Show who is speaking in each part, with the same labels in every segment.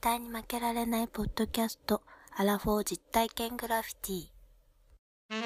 Speaker 1: 対に負けられないポッドキャスト、アラフォー実体験グラフィティ。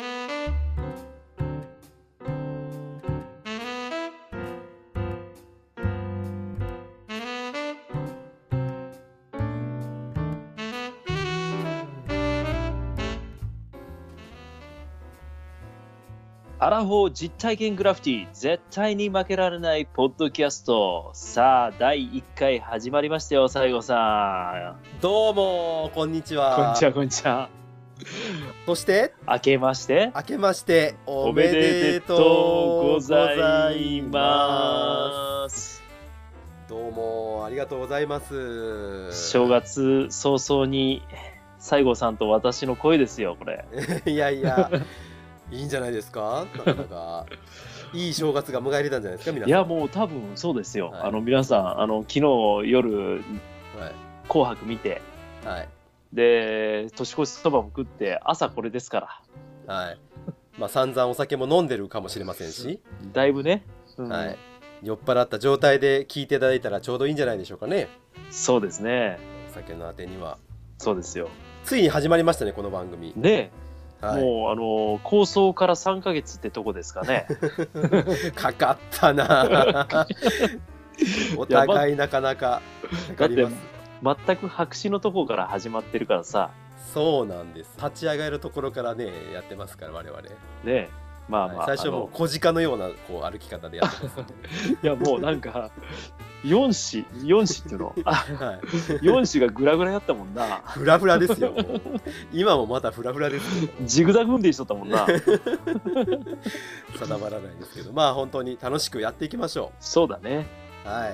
Speaker 2: アラフォー実体験グラフィティ絶対に負けられないポッドキャストさあ第1回始まりましたよ西郷さん
Speaker 3: どうもこんにちは
Speaker 2: こんにちはこんにちは
Speaker 3: そして
Speaker 2: 明けまして
Speaker 3: 明けましてお
Speaker 2: お
Speaker 3: め
Speaker 2: め
Speaker 3: で
Speaker 2: でと
Speaker 3: とう
Speaker 2: う
Speaker 3: ご
Speaker 2: ご
Speaker 3: ざ
Speaker 2: ざ
Speaker 3: い
Speaker 2: い
Speaker 3: ま
Speaker 2: ます
Speaker 3: すどうもありがとうございます
Speaker 2: 正月早々に西郷さんと私の声ですよこれ
Speaker 3: いやいやいいんじゃないですかなかなかいい正月が迎えれたんじゃないですか皆さん
Speaker 2: いやもう多分そうですよ、
Speaker 3: はい
Speaker 2: あの皆さんあの昨日夜
Speaker 3: はい
Speaker 2: 「紅白」見て
Speaker 3: はい
Speaker 2: で年越しそばも食って朝これですから
Speaker 3: はいまあ散々お酒も飲んでるかもしれませんし、
Speaker 2: だいぶね、うん
Speaker 3: はい酔っ払った状態で聞いていただいたらちょうどいいんじゃないでしょうかね
Speaker 2: そうですね
Speaker 3: お酒のあてには
Speaker 2: そうですよ
Speaker 3: ついに始まりましたねこの番組
Speaker 2: ね
Speaker 3: はい
Speaker 2: もうあの構想から3ヶ月ってとこですか ね
Speaker 3: かかっ たなお互いなかなかかかります
Speaker 2: 全く白紙のとこから始まってるからさ
Speaker 3: そうなんです立ち上がるところからねやってますから我々、
Speaker 2: ねまあまあ、
Speaker 3: はい最初
Speaker 2: あ
Speaker 3: もう
Speaker 2: の
Speaker 3: 小鹿のようなこう歩き方でやってますんで
Speaker 2: いやもうなんか4子4子っていうのあ
Speaker 3: はい
Speaker 2: 4子がグラグラやったもんな
Speaker 3: フラフラですよもう今もまたフラフラですけど
Speaker 2: ジグザグ運転しとったもんな
Speaker 3: 定まらないですけどまあ本当に楽しくやっていきましょ
Speaker 2: そうだね
Speaker 3: うはい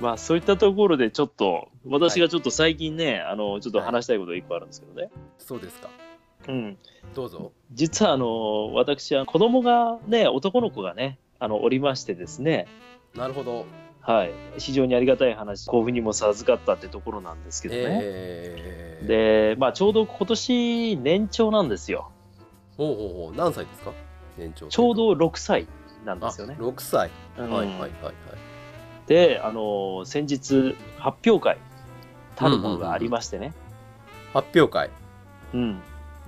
Speaker 2: まあそういったところでちょっと私がちょっと最近ね、あのちょっと話したいことが1個あるんですけどね、
Speaker 3: そうですか
Speaker 2: うん
Speaker 3: どうぞ
Speaker 2: 実はあの私は子供がね男の子がねあのおりましてですね、
Speaker 3: なるほど
Speaker 2: はい、非常にありがたい話甲府にも授かったってところなんですけどね、
Speaker 3: えー、
Speaker 2: で、まあ、ちょうど今年年長なんですよ
Speaker 3: ほうほうほう何歳ですか年長
Speaker 2: ちょう
Speaker 3: で
Speaker 2: ど6歳なんですよね、
Speaker 3: 6歳、
Speaker 2: うん
Speaker 3: はいはいはいはい
Speaker 2: であの先日発表会たるものがありましてね、
Speaker 3: 発表会
Speaker 2: うん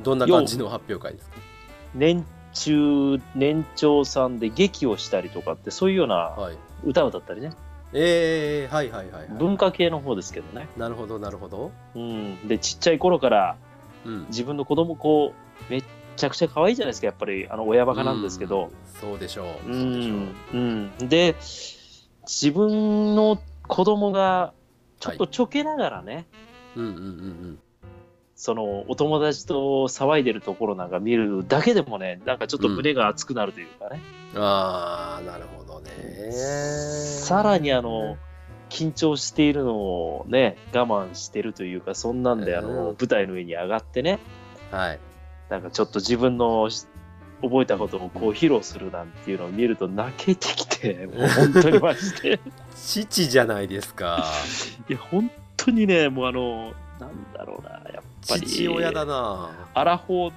Speaker 3: どんな感じの発表会ですか
Speaker 2: 年中年長さんで劇をしたりとかってそういうような
Speaker 3: はい
Speaker 2: 歌を歌ったりね
Speaker 3: えー、はいはいはい、はい、
Speaker 2: 文化系の方ですけどね、
Speaker 3: なるほどなるほど、
Speaker 2: うん、でちっちゃい頃から
Speaker 3: うん、
Speaker 2: 自分の子供こうめっちゃくちゃ可愛いじゃないですかやっぱりあの親バカなんですけど、
Speaker 3: うんそうでしょう
Speaker 2: う
Speaker 3: そうでしょう、
Speaker 2: んうん、で自分の子供がちょっとちょけながらね、
Speaker 3: うんうんうん
Speaker 2: そのお友達と騒いでるところなんか見るだけでもねなんかちょっと胸が熱くなるというかね、
Speaker 3: うんああなるほどね
Speaker 2: さらにあの緊張しているのをね我慢してるというかそんなんであの、
Speaker 3: うん
Speaker 2: 舞台の上に上がってね
Speaker 3: はい
Speaker 2: なんかちょっと自分のし覚えたことをこう披露するなんていうのを見ると泣けてき てもう本当にまして。
Speaker 3: 父じゃないですか
Speaker 2: いや、本当にね、もうあの、なんだろうな、やっぱり。
Speaker 3: 父親だな
Speaker 2: アラフォ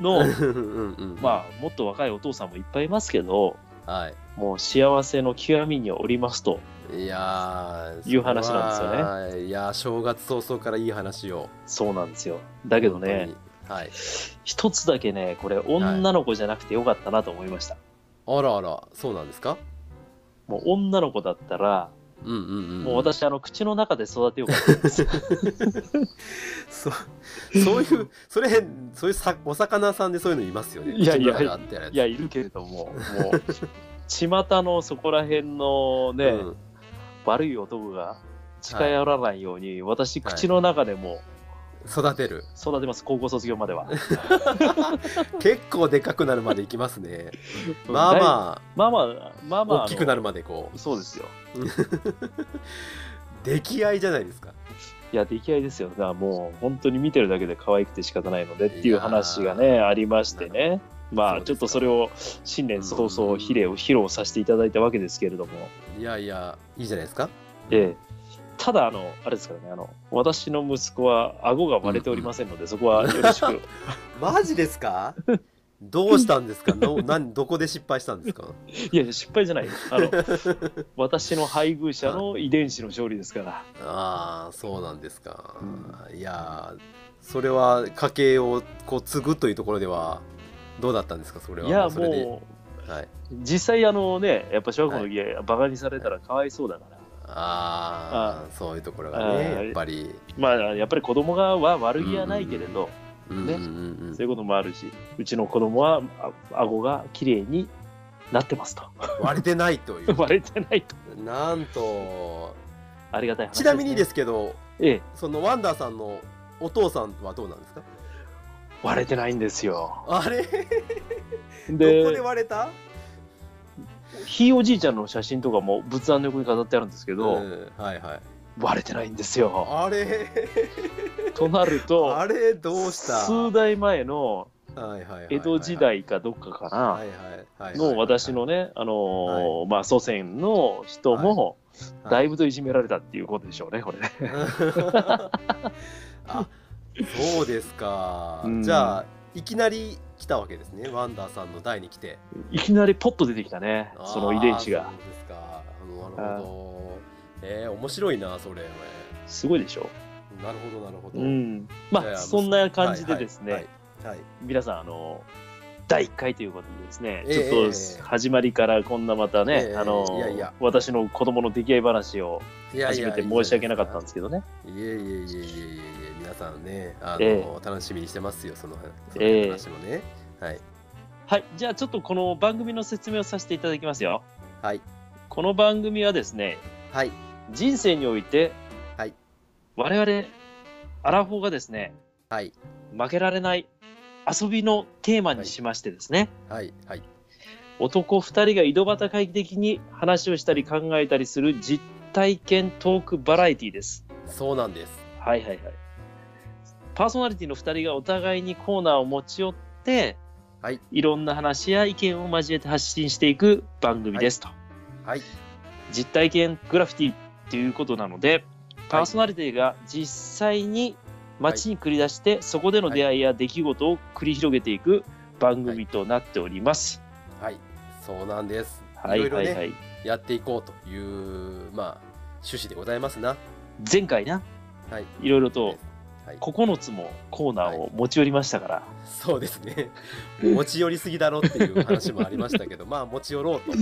Speaker 2: ー
Speaker 3: うん
Speaker 2: の、
Speaker 3: うんうん
Speaker 2: まあ、もっと若いお父さんもいっぱいいますけど、
Speaker 3: あは
Speaker 2: もう幸せの極みにおりますと。
Speaker 3: いいやー
Speaker 2: いう話なん
Speaker 3: ですよねいやー正月早々からいい話を
Speaker 2: そうなんですよ。だけどね、
Speaker 3: 本当にはい
Speaker 2: 一つだけね、これ、女の子じゃなくてよかったなと思いました。
Speaker 3: あらあらそうなんですか
Speaker 2: もう女の子だったら、
Speaker 3: うんうんうん
Speaker 2: もう私、あの、口の中で育てようかと思います。
Speaker 3: そそう いうそれそういうさお魚さんでそういうのいますよね
Speaker 2: いやいや
Speaker 3: 口の中であってやる
Speaker 2: いや、いるけれど も、もう、巷のそこら辺のね、
Speaker 3: うん
Speaker 2: 悪い男が近寄らないように、私、口の中でも
Speaker 3: 育てる
Speaker 2: 育てます、高校卒業までは。
Speaker 3: 結構でかくなるまでいきますねまあま
Speaker 2: まあまあ、まあ
Speaker 3: あ
Speaker 2: まあ、
Speaker 3: 大きくな
Speaker 2: る。
Speaker 3: るまでこう
Speaker 2: そうですよ。
Speaker 3: 出来合いじゃないですか
Speaker 2: いや、出来合いですよ。だからもう、本当に見てるだけで可愛くて仕方ないのでっていう話がね、ありましてね。ま
Speaker 3: そう
Speaker 2: あ、
Speaker 3: ですか
Speaker 2: ちょっとそれを新年早々、比例を披露させていただいたわけですけれども、
Speaker 3: いやいやいいじゃないですか
Speaker 2: ええただ、あの、あれですからね、あの、私の 息子は、顎が割れておりませんので、そこはよろしく。
Speaker 3: マジですかどうしたんで すかのなんどこで失敗したんですか
Speaker 2: いや失敗じゃないよあ の私の配偶者の遺伝子の勝利ですから
Speaker 3: ああそうなんですか、いやーそれは家計をこう継ぐというところではどうだったんですかそれはい
Speaker 2: や
Speaker 3: それで
Speaker 2: も
Speaker 3: はい、
Speaker 2: う実際あのねやっぱ小学校の時、バカにされたらかわいそうだから
Speaker 3: ああそういうところが
Speaker 2: あ
Speaker 3: ね
Speaker 2: ー
Speaker 3: やっぱり、
Speaker 2: まあやっぱり子供がは悪気はないけれど、
Speaker 3: うんうんうん
Speaker 2: そういうこともあるしうちの子供はあ顎が綺麗になってますと
Speaker 3: 割れてないという
Speaker 2: 割れてないと
Speaker 3: なんと
Speaker 2: ありがたい話
Speaker 3: ちなみにです
Speaker 2: ね
Speaker 3: すけど
Speaker 2: ええ
Speaker 3: そのワンダーさんのお父さんはどうなんですか
Speaker 2: 割れてないんですよ
Speaker 3: あれどこ
Speaker 2: で
Speaker 3: で割れた
Speaker 2: ひいおじいちゃんの写真とかも仏壇の横に飾ってあるんですけど、
Speaker 3: うんはいはい
Speaker 2: 割れてないんですよ
Speaker 3: あれ
Speaker 2: となると
Speaker 3: あれどうした
Speaker 2: 数代前の
Speaker 3: はいはいはいはい
Speaker 2: 江戸時代かどっか
Speaker 3: は
Speaker 2: か
Speaker 3: いはいはい
Speaker 2: なの私のね、あのーまあ、祖先の人も
Speaker 3: はい
Speaker 2: だいぶといじめられたっていうことでしょうねこれね。
Speaker 3: あそうですか、
Speaker 2: うん
Speaker 3: じゃあいきなり来たわけですねワンダーさんの代に来て
Speaker 2: いきなりポッと出てきたねその遺伝子
Speaker 3: あー
Speaker 2: が
Speaker 3: そうですかあのなるほどえー、面白いなそれ
Speaker 2: すごいでしょ
Speaker 3: なるほどなるほど、
Speaker 2: うんま
Speaker 3: じゃ
Speaker 2: あ
Speaker 3: あ
Speaker 2: そんな感じでですね、
Speaker 3: はいはいはいはい
Speaker 2: 皆さんあの第1回ということでですね、
Speaker 3: ええ
Speaker 2: ちょっと始まりからこんなまたね、
Speaker 3: ええ
Speaker 2: あの
Speaker 3: いやいや
Speaker 2: 私の子供の出来合い話を
Speaker 3: いやい
Speaker 2: 始
Speaker 3: や
Speaker 2: めて申し訳なかったんですけどね
Speaker 3: いえいえいえいえいえいえ皆さんねあの、
Speaker 2: え
Speaker 3: 楽しみにしてますよそのそ
Speaker 2: え
Speaker 3: の
Speaker 2: え
Speaker 3: 話もね、はい
Speaker 2: はいじゃあちょっとこの番組の説明をさせていただきますよ
Speaker 3: はい
Speaker 2: この番組はですね
Speaker 3: はい
Speaker 2: 人生において、
Speaker 3: はい
Speaker 2: 我々アラフォーがですね
Speaker 3: はい
Speaker 2: 負けられない遊びのテーマにしましてですね、
Speaker 3: はいはい
Speaker 2: 男2人が井戸端会議的に話をしたり考えたりする実体験トークバラエティです。
Speaker 3: そうなんです
Speaker 2: はいはいはい。パーソナリティの2人がお互いにコーナーを持ち寄って、
Speaker 3: はい、
Speaker 2: ろんな話や意見を交えて発信していく番組ですと。
Speaker 3: はい
Speaker 2: 実体験グラフィティっていうことなので、パーソナリティが実際に街に繰り出して、そこでの出会いや出来事を繰り広げていく番組となっております。
Speaker 3: はいそうなんです、、
Speaker 2: はいい
Speaker 3: ろ
Speaker 2: はいい
Speaker 3: ろね、
Speaker 2: はい。
Speaker 3: やっていこうというまあ趣旨でございますな
Speaker 2: 前回な、
Speaker 3: はい
Speaker 2: いろいろと
Speaker 3: はい
Speaker 2: 9つもコーナーを持ち寄りましたから、
Speaker 3: そうです ね持ち寄りすぎだろっていう話もありましたけどまあ持ち寄ろうと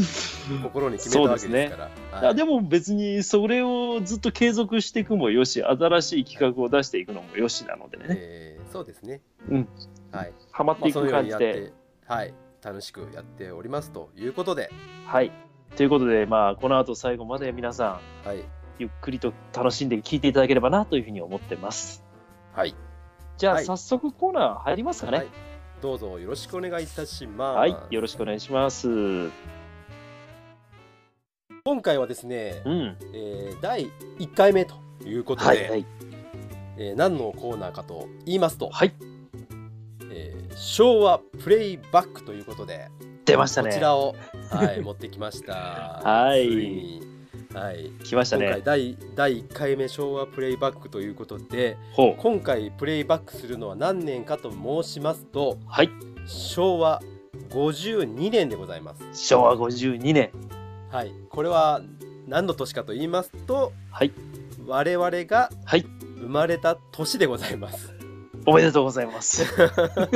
Speaker 3: 心に決めたわけですからは
Speaker 2: あ
Speaker 3: い
Speaker 2: でも別にそれをずっと継続していくもよし新しい企画を出していくのもよしなのでね、
Speaker 3: えーそうですね
Speaker 2: うん
Speaker 3: はい
Speaker 2: ハマって
Speaker 3: まあ、
Speaker 2: い
Speaker 3: その
Speaker 2: く
Speaker 3: よう
Speaker 2: 感
Speaker 3: に
Speaker 2: じ
Speaker 3: やっ
Speaker 2: で、
Speaker 3: て、はい、楽しくやっておりますということで、
Speaker 2: はいということでまあこの後最後まで皆さ
Speaker 3: はい、
Speaker 2: んゆっくりと楽しんで聞いていただければなというふうに思ってます
Speaker 3: はい、
Speaker 2: じゃあ
Speaker 3: はい
Speaker 2: 早速コーナー入りますかね
Speaker 3: はいどうぞよろしくお願いいたします。
Speaker 2: はい、よろしくお願いしますうん
Speaker 3: 今回はですね、
Speaker 2: は
Speaker 3: えー第1回目ということで、
Speaker 2: いはい
Speaker 3: えー何のコーナーかと言いますと、
Speaker 2: はい
Speaker 3: えー昭和プレイバックということで、
Speaker 2: 出ました
Speaker 3: こち
Speaker 2: ね
Speaker 3: らを、はい、持ってきました。
Speaker 2: はい
Speaker 3: ついにはい、
Speaker 2: 来ました
Speaker 3: 今回
Speaker 2: ね
Speaker 3: 第第1回目昭和プレイバックということで
Speaker 2: ほう
Speaker 3: 今回プレイバックするのは何年かと申しますと、
Speaker 2: はい
Speaker 3: 昭和52年でございます。
Speaker 2: 昭和52年
Speaker 3: はい、これは何の年かと言いますと、
Speaker 2: はい、
Speaker 3: 我々が
Speaker 2: はい
Speaker 3: 生まれた年でございます。
Speaker 2: おめでとうございます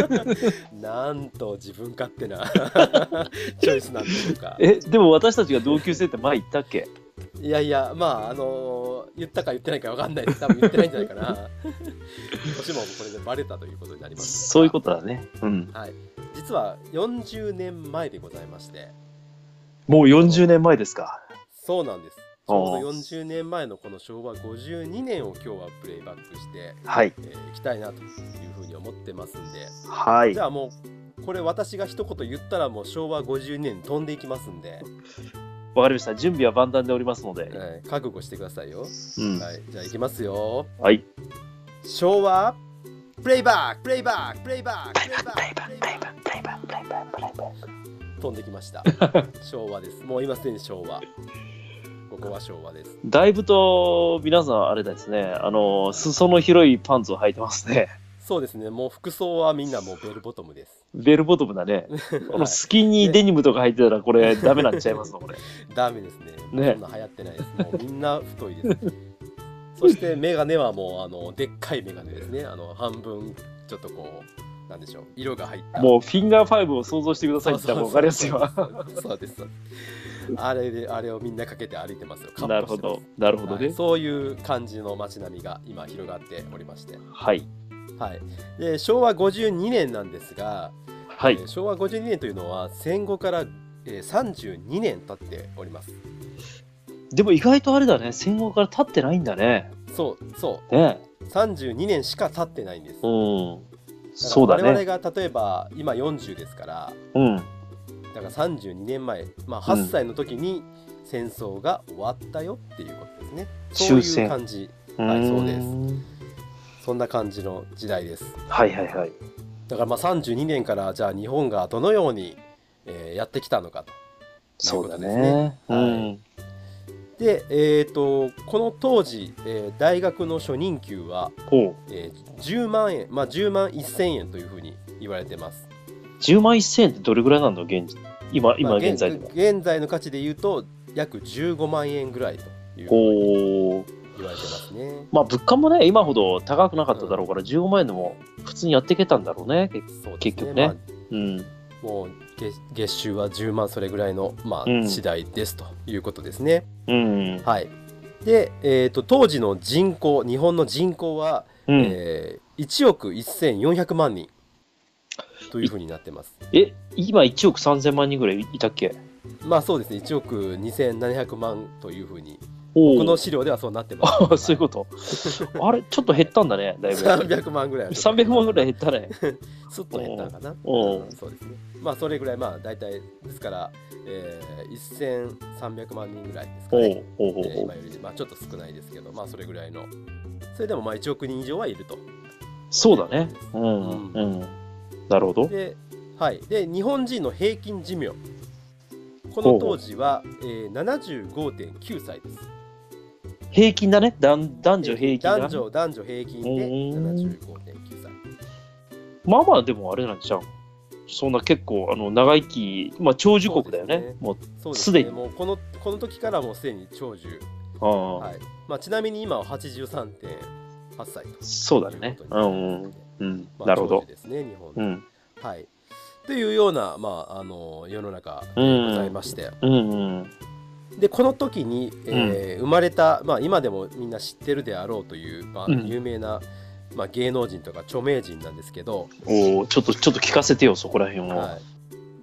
Speaker 3: なんと自分勝手な チョイスなんでしょうか。
Speaker 2: えでも私たちが同級生って前言ったっけ
Speaker 3: いやいや、まああのー言ったか言ってないかわかんないです。多分言ってないんじゃない かな。年もこれでバレたということになります。
Speaker 2: そういうことだねうん
Speaker 3: はい、実は40年前でございまして、
Speaker 2: もう40年前ですか
Speaker 3: そうなんです。ち
Speaker 2: あー
Speaker 3: ょうど40年前のこの昭和52年を今日はプレイバックして、
Speaker 2: はい
Speaker 3: えーいきたいなというふうに思ってますんで、
Speaker 2: はい
Speaker 3: じゃあもうこれ私が一言言ったらもう昭和52年に飛んでいきますんで、
Speaker 2: わかりました準備は万端でおりますので
Speaker 3: はい覚悟してくださいよ。
Speaker 2: うん
Speaker 3: はい、じゃあいきますよ。
Speaker 2: はい
Speaker 3: 昭和プレイバックプレイバックプレイバックプレイバックプレイバッ
Speaker 1: プレイバープレイバープレイバー
Speaker 3: ク飛んできました。 昭和です。もう今すでに昭和。ここは昭和です。
Speaker 2: だいぶと皆さんあれですねあの裾の広いパンツを履いてますね
Speaker 3: そうですねもう服装はみんなもうベルボト ムです
Speaker 2: ベルボトムだ ね。このスキニー
Speaker 3: ね
Speaker 2: デニムとか入ってたらこれダメなんちゃいますのこれ。
Speaker 3: ダメですね
Speaker 2: ね
Speaker 3: そんな流行ってないですもうみんな太いです そしてメガネはもうあのでっかいメガネですねあの半分ちょっとこうなんでしょう色が入った
Speaker 2: もうフィンガーファイブを想像してくださいって言ったら分かりやすいわ。
Speaker 3: そうですそうですあれであれをみんなかけて歩いてますよ
Speaker 2: なるほど。なるほど
Speaker 3: はい
Speaker 2: ね。
Speaker 3: そういう感じの街並みが今広がっておりまして、
Speaker 2: はい。
Speaker 3: はい、で昭和52年なんですが、
Speaker 2: は
Speaker 3: え
Speaker 2: い
Speaker 3: ー。昭和52年というのは戦後から、えー32年経っております
Speaker 2: でも意外とあれだね。戦後から経ってないんだね。
Speaker 3: そうそ
Speaker 2: ね。
Speaker 3: う32年しか経ってないんです
Speaker 2: うん。そうだ
Speaker 3: 我
Speaker 2: ね。
Speaker 3: 々が例えば今40ですから
Speaker 2: うん。
Speaker 3: だから32年前、まあ、
Speaker 2: うん
Speaker 3: 8歳の時に戦争が終わったよっていうことですね、
Speaker 2: 終
Speaker 3: そういう
Speaker 2: 戦
Speaker 3: 感じはいそうです
Speaker 2: ん
Speaker 3: そんな感じの時代です
Speaker 2: はいはいはい。
Speaker 3: だからまあ32年からじゃあ日本がどのように、えーやってきたのかと。
Speaker 2: そうだ
Speaker 3: という
Speaker 2: ね。
Speaker 3: こと
Speaker 2: う
Speaker 3: ですね
Speaker 2: ん。
Speaker 3: で、えー、とこの当時、えー大学の初任給は、
Speaker 2: ほう。
Speaker 3: えー10万円、まあ、10万1000円というふうに言われてます。
Speaker 2: 10万1000円ってどれぐらいなの現時今、
Speaker 3: ま
Speaker 2: 今
Speaker 3: あ
Speaker 2: 現在でも。
Speaker 3: 現在の価値で言うと約15万円ぐらいというふうに
Speaker 2: おお。
Speaker 3: 言われてますね。
Speaker 2: まあ物価もね、今ほど高くなかっただろうから、15万円でも普通にやっていけたんだろうね。
Speaker 3: そうです
Speaker 2: 結局ね
Speaker 3: ま
Speaker 2: うん。
Speaker 3: あもう月月収は10万それぐらいの、まあ
Speaker 2: うん
Speaker 3: 次第ですということですね。
Speaker 2: うん。
Speaker 3: はい。で、えー、と当時の人口、日本の人口は、
Speaker 2: うん。
Speaker 3: えー、1億1400万人というふうになってます。
Speaker 2: え、今1億3000万人ぐらいいたっけ
Speaker 3: まあそうですね、1億2700万というふうに、
Speaker 2: お
Speaker 3: この
Speaker 2: お。
Speaker 3: 資料ではそうなってま す。
Speaker 2: そういうこと。あれ、ちょっと減ったんだね、だいぶ。
Speaker 3: 300万ぐらい。
Speaker 2: 300万ぐらい減ったね。
Speaker 3: すっと減ったのかな。
Speaker 2: おう
Speaker 3: うんそうですね。まあそれぐらい、まあ大体、ですから、えー、1300万人ぐらいですか
Speaker 2: お
Speaker 3: ね。
Speaker 2: うおうお
Speaker 3: え
Speaker 2: う
Speaker 3: ー
Speaker 2: おう
Speaker 3: 今より、まあちょっと少ないですけど、まあそれぐらいの。それでもまあ1億人以上はいると。
Speaker 2: そうだね。うん。うん。なるほど。
Speaker 3: で,、はい、で日本人の平均寿命この当時は、えー、75.9歳です
Speaker 2: 平均だね。男男女平均だ。
Speaker 3: 男女男女平均で
Speaker 2: うん
Speaker 3: 75.9歳
Speaker 2: まあまあでもあれなんじゃん。そんな結構あの長生き、まあ長寿国だよね。もう
Speaker 3: そうですねそうですす
Speaker 2: で
Speaker 3: ね
Speaker 2: に
Speaker 3: もうこのこの時からもうすでに長寿、
Speaker 2: ああ、
Speaker 3: はいまあ、ちなみに今は83.8歳と
Speaker 2: そうだね。
Speaker 3: という
Speaker 2: う
Speaker 3: こと
Speaker 2: ん
Speaker 3: にな
Speaker 2: うんうん。
Speaker 3: ってますねまあ
Speaker 2: なるほ
Speaker 3: 長
Speaker 2: ど
Speaker 3: 寿。ですね日本
Speaker 2: う
Speaker 3: の、
Speaker 2: ん
Speaker 3: はいというような、まあ、あの世の中
Speaker 2: う
Speaker 3: ござい
Speaker 2: ん
Speaker 3: まして、
Speaker 2: うんうん
Speaker 3: でこの時に、えー生まれた、まあ、今でもみんな知ってるであろうという、まあ、
Speaker 2: うん
Speaker 3: 有名な、まあ、芸能人とか著名人なんですけど、
Speaker 2: おーちょっとちょっと聞かせてよそこら辺を。
Speaker 3: はい、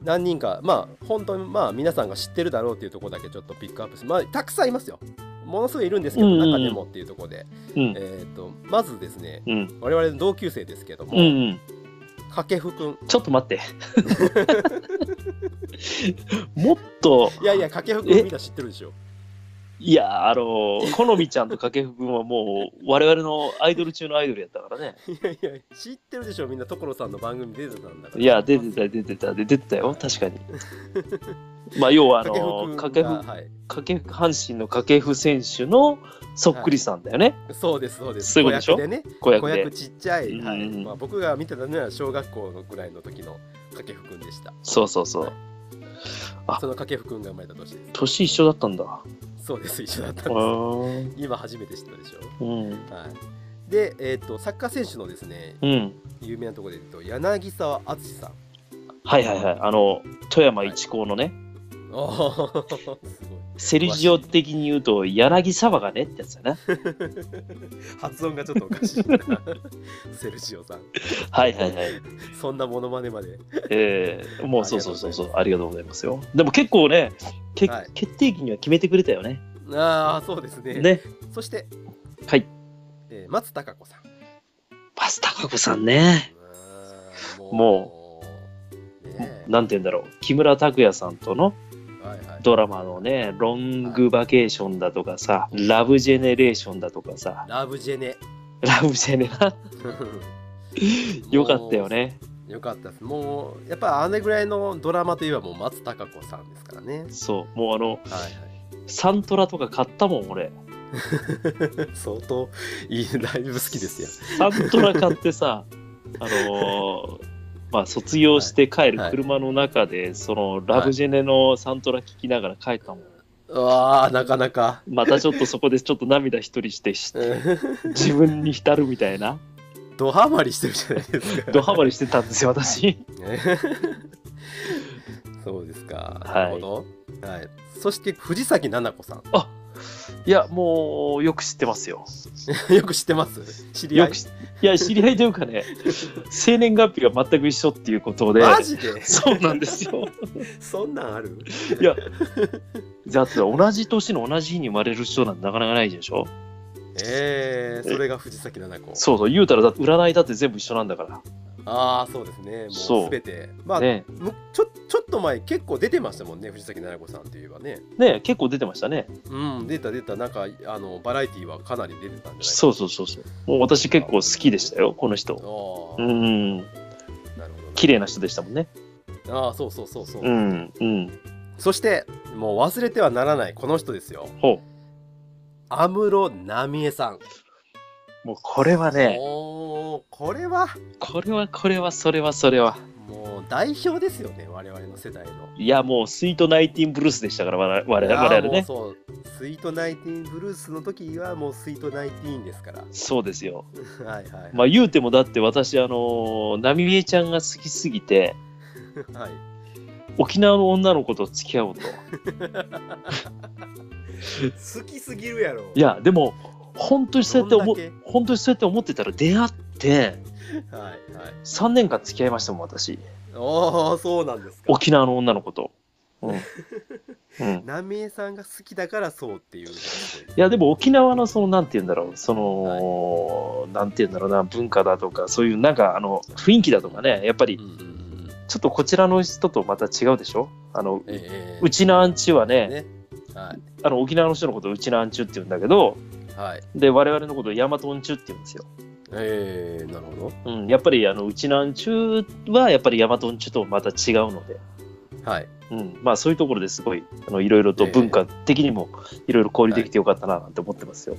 Speaker 3: 何人かまあ本当にまあ皆さんが知ってるだろうというところだけちょっとピックアップして、まあ、たくさんいますよものすごいいるんですけど、
Speaker 2: うんうんうん
Speaker 3: 中でもっていうところで、
Speaker 2: うん
Speaker 3: えー、とまずですね
Speaker 2: うん
Speaker 3: 我々の同級生ですけども、
Speaker 2: うんうん。
Speaker 3: 掛布くん
Speaker 2: ちょっと待って。 もっと
Speaker 3: いやいや掛布く
Speaker 2: え
Speaker 3: んみんな知ってるでしょ
Speaker 2: いやあの好みちゃんと掛布君はもう我々のアイドル中のアイドルやったからね。
Speaker 3: いやいや知ってるでしょみんな所さんの番組出てたんだから
Speaker 2: いや出てた出てた出てたよ確かに。 まあ要はあの
Speaker 3: 掛
Speaker 2: 掛
Speaker 3: 布くん
Speaker 2: 布
Speaker 3: がはい
Speaker 2: 掛布阪神の掛布選手のそっくりさんだよね、
Speaker 3: そうですそうです。
Speaker 2: そういうことでしょ
Speaker 3: 子役でね、
Speaker 2: 子
Speaker 3: 子
Speaker 2: 役で
Speaker 3: 役。ちっちゃい、
Speaker 2: うん
Speaker 3: はい。まあ僕が見てたのは小学校のぐらいの時の掛布くんでした。
Speaker 2: そうそうそう。あ
Speaker 3: その掛布くんが生まれた年で
Speaker 2: 年一緒だった んだ。あ
Speaker 3: す。そうです一緒だったんで
Speaker 2: ー
Speaker 3: す。今初めて知ったでしょ。
Speaker 2: うん。
Speaker 3: はい。で、えっ、とサッカー選手のですね
Speaker 2: うん。
Speaker 3: 有名なところで言うと柳沢敦さん。
Speaker 2: はいはいはい。あの、富山一高のね、
Speaker 3: おお、すごい。
Speaker 2: セルジオ的に言うと、柳沢がねってやつ だね。
Speaker 3: 発音がちょっとおかしいな。 セルジオさん。
Speaker 2: はいはいはい。
Speaker 3: そんなモノマネまで。
Speaker 2: えー、もうそうそうそうそう、ありがとうございますよ。でも結構ね、け
Speaker 3: はい
Speaker 2: 決定機には決めてくれたよね。
Speaker 3: ああ、そうですね。
Speaker 2: ね。
Speaker 3: そして、
Speaker 2: はい。
Speaker 3: えー、松たか子さん。
Speaker 2: パスタカコさんね。
Speaker 3: もう、ねえ
Speaker 2: なんて言うんだろう。木村拓哉さんとの
Speaker 3: はいはい、
Speaker 2: ドラマのね、ロングバケーションだとかさ、ラブジェネレーションだとかさ、
Speaker 3: ラブジェネ
Speaker 2: ラブジェネな、よかったよね。
Speaker 3: もうよかったですもうやっぱあれぐらいのドラマといえばもう松たか子さんですからね
Speaker 2: そう、もうあの、
Speaker 3: はい
Speaker 2: サントラとか買ったもん、俺。
Speaker 3: はい相当いいだいぶ好きですよ
Speaker 2: サントラ買ってさ、あのーまあ卒業して帰る車の中で、そのラブジェネのサントラ聞きながら帰ったもん。
Speaker 3: うわあなかなか
Speaker 2: またちょっとそこでちょっと涙一人してし
Speaker 3: うん
Speaker 2: 自分に浸るみたいな、
Speaker 3: ドハマりしてるじゃないですか
Speaker 2: ドハマりしてたんですよ、私。
Speaker 3: ね そうですか、
Speaker 2: はい
Speaker 3: なるほど、はい、そして藤崎奈々子さん
Speaker 2: いや、もうよく知ってますよ。
Speaker 3: よく知ってます知り合
Speaker 2: よ
Speaker 3: い
Speaker 2: くしいや、知り合いというか ね、生年月日が全く一緒っていうことで、
Speaker 3: マジで
Speaker 2: そうなんですよ。
Speaker 3: そんなんある
Speaker 2: いや、だって同じ年の同じ日に生まれる人なんてなかなかないでしょ。
Speaker 3: えー、それが藤崎奈々子
Speaker 2: そうそう、言うたらだって占いだって全部一緒なんだか
Speaker 3: ああそうですねも
Speaker 2: そうう
Speaker 3: すべてま
Speaker 2: ら。
Speaker 3: あ、
Speaker 2: ね
Speaker 3: むちょちょっと前結構出てましたもんね藤崎奈々子さんといえばね
Speaker 2: ね結構出てましたね。
Speaker 3: うん出た出たなんかあのバラエティーはかなり出てたんじゃないか
Speaker 2: そうそうそうそう。もう私結構好きでしたよ、この人。
Speaker 3: あ
Speaker 2: う
Speaker 3: あ、
Speaker 2: ん、
Speaker 3: なるほど
Speaker 2: 綺麗な人でしたもんね。
Speaker 3: ああそうそうそうそう、
Speaker 2: うん、うん。
Speaker 3: そしてもう忘れてはならないこの人ですよ
Speaker 2: ほ
Speaker 3: 安室奈美恵さん
Speaker 2: う。もうこれはね、
Speaker 3: もうこれは
Speaker 2: これはこれはそれはそれは。
Speaker 3: もう代表ですよね我々の世代の
Speaker 2: いや、もうスイートナイティーンブルースでしたから、我々我々
Speaker 3: いや
Speaker 2: 我
Speaker 3: ー
Speaker 2: 々
Speaker 3: もう
Speaker 2: ね。
Speaker 3: そうスイートナイティーンブルースの時はもうスイートナイティー ンですから
Speaker 2: そうですよ。
Speaker 3: はいはい、
Speaker 2: まあ言うてもだって私、あのー、ナミエちゃんが好きすぎて、
Speaker 3: はい、
Speaker 2: 沖縄の女の子と付き合おうと。
Speaker 3: 好きすぎるやろ
Speaker 2: いや、でも、本当にそうやって思
Speaker 3: どんだけ、
Speaker 2: 本当にそうやって思ってたら出会って、
Speaker 3: はいはい
Speaker 2: 3年間付き合いましたもん、私。
Speaker 3: ああそうなんですか
Speaker 2: 沖縄の女の子と。うん。 うん。
Speaker 3: ナミエさんが好きだからそうっていうのがすごい
Speaker 2: いやでも沖縄のそのなんて言うんだろうその、なんて言うんだろうな文化だとかそういうなんかあの雰囲気だとかねやっぱり
Speaker 3: うんうんうん
Speaker 2: ちょっとこちらの人とまた違うでしょあの、
Speaker 3: え
Speaker 2: うちのアンチはね
Speaker 3: ねは
Speaker 2: あの沖縄の人のことをうちのアンチュって言うんだけど
Speaker 3: いはい
Speaker 2: で我々のことをヤマトンチュって言うんですよ、
Speaker 3: ええなるほ
Speaker 2: うん、やっぱりあのうちのアンチュはやっぱりヤマトンチュとまた違うので、
Speaker 3: どはい
Speaker 2: うん、まあそういうところですごいあのいろいろと文化的にもいろいろ交流できてよかったななんて思ってますよ、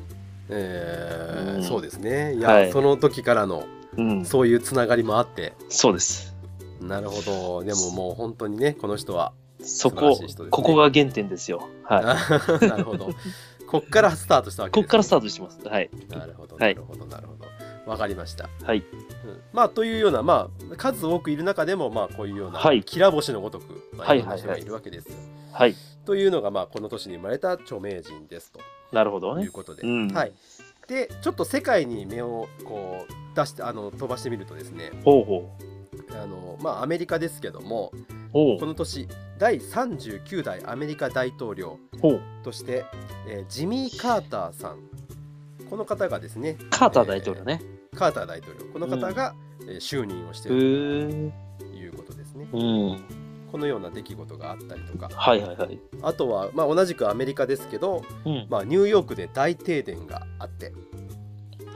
Speaker 3: えー
Speaker 2: うん
Speaker 3: そうですねいや、
Speaker 2: はい
Speaker 3: その時からの
Speaker 2: うん、
Speaker 3: そういうつながりもあって
Speaker 2: そうです
Speaker 3: なるほどでももう本当にねこの人は、
Speaker 2: そ
Speaker 3: 素晴ら
Speaker 2: こ
Speaker 3: しい人ですね
Speaker 2: ここが原点ですよはい
Speaker 3: なるほどこっからスタートしたわけ
Speaker 2: こ
Speaker 3: です、ね、
Speaker 2: こからスタートしてます。はい。
Speaker 3: なるほど
Speaker 2: は
Speaker 3: ないるほどなるほどわかりました、
Speaker 2: はい。
Speaker 3: うんまあというようなまあ数多くいる中でもまあこういうような、
Speaker 2: はい
Speaker 3: きら星のごとく、まあ、
Speaker 2: はいい
Speaker 3: ろんな人が
Speaker 2: はい
Speaker 3: いるわけですよ、
Speaker 2: はい。
Speaker 3: というのがまあこの年に生まれた著名人ですと
Speaker 2: なるほど
Speaker 3: とい
Speaker 2: ね
Speaker 3: う。ことで、
Speaker 2: うん
Speaker 3: はい、でちょっと世界に目をこう出してあの飛ばしてみるとですね
Speaker 2: ほうほう。
Speaker 3: あの、まあ、アメリカですけども
Speaker 2: ほ
Speaker 3: こ
Speaker 2: う。
Speaker 3: の年第39代アメリカ大統領
Speaker 2: ほう。
Speaker 3: として、えージミー・カーターさんこの方がですね
Speaker 2: カーター大統領ね。
Speaker 3: カーター大統領この方が、えー就任をしてい
Speaker 2: へ
Speaker 3: る
Speaker 2: ー
Speaker 3: ということですね
Speaker 2: うん。
Speaker 3: このような出来事があったりとか
Speaker 2: はいはいはい。
Speaker 3: あとは、まあ、同じくアメリカですけど、
Speaker 2: うん。
Speaker 3: まあ、ニューヨークで大停電があって